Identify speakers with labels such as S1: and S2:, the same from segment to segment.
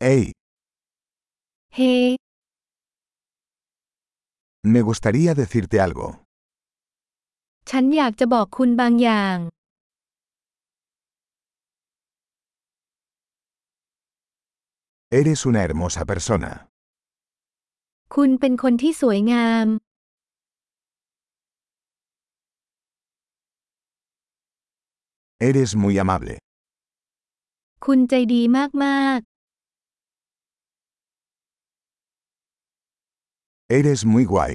S1: Hey,
S2: Hey,
S1: me gustaría decirte algo.
S2: ฉันอยากจะบอกคุณบางอย่าง
S1: Eres una hermosa persona.
S2: คุณเป็นคนที่สวยงาม
S1: Eres muy amable.
S2: คุณใจดีมากๆ
S1: Eres muy guay.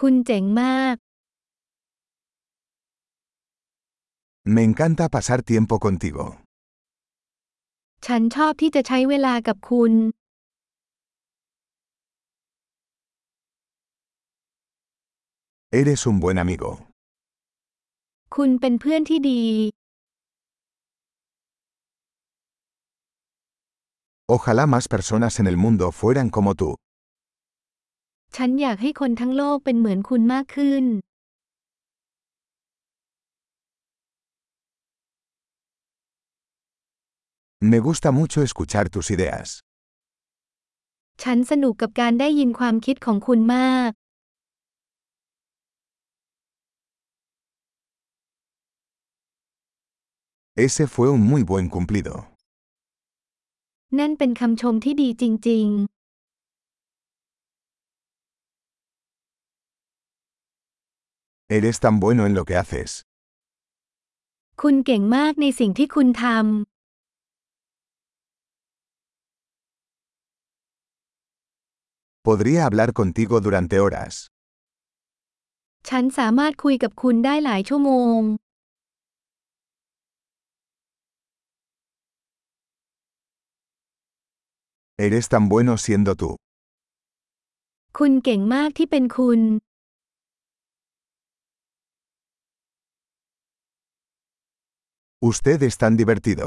S2: คุณเจ๋งมาก
S1: Me encanta pasar tiempo contigo.
S2: ฉันชอบที่จะใช้เวลากับคุณ
S1: Eres un buen amigo.
S2: คุณเป็นเพื่อนที่ดี
S1: Ojalá más personas en el mundo fueran como tú.
S2: ฉันอยากให้คนทั้งโลกเป็นเหมือนคุณมากขึ้น
S1: Me gusta mucho escuchar tus ideas.
S2: ฉันสนุกกับการได้ยินความคิดของคุณมาก
S1: Ese fue un muy buen cumplido.
S2: นั่นเป็นคำชมที่ดีจริง
S1: Eres tan bueno en lo que haces.
S2: ๆ คุณเก่งมากในสิ่งที่คุณทำ
S1: Podría hablar contigo durante horas.
S2: ฉันสามารถคุยกับคุณได้หลายชั่วโมง
S1: Eres tan bueno siendo tú.
S2: คุณเก่งมากที่เป็นคุณ
S1: Usted es tan divertido.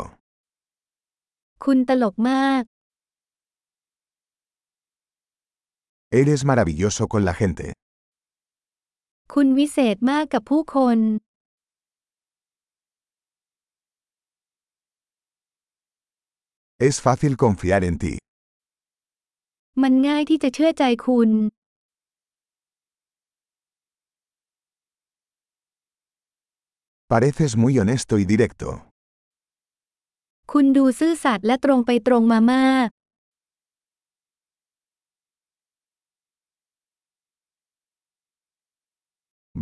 S2: คุณตลกมาก
S1: Eres maravilloso con la gente.
S2: คุณวิเศษมากกับผู้คน
S1: Es fácil confiar en ti.
S2: มันง่ายที่จะเชื่อใจคุณ
S1: Pareces muy honesto y directo.
S2: คุณดูซื่อสัตย์และตรงไปตรงมามาก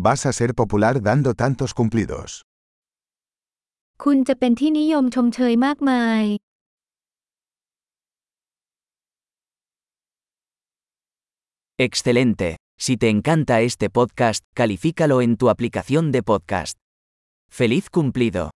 S1: Vas a ser popular dando tantos cumplidos.
S2: คุณจะเป็นที่นิยมชมเชยมากมาย
S3: Excelente. Si te encanta este podcast, califícalo en tu aplicación de podcast. ¡Feliz cumplido!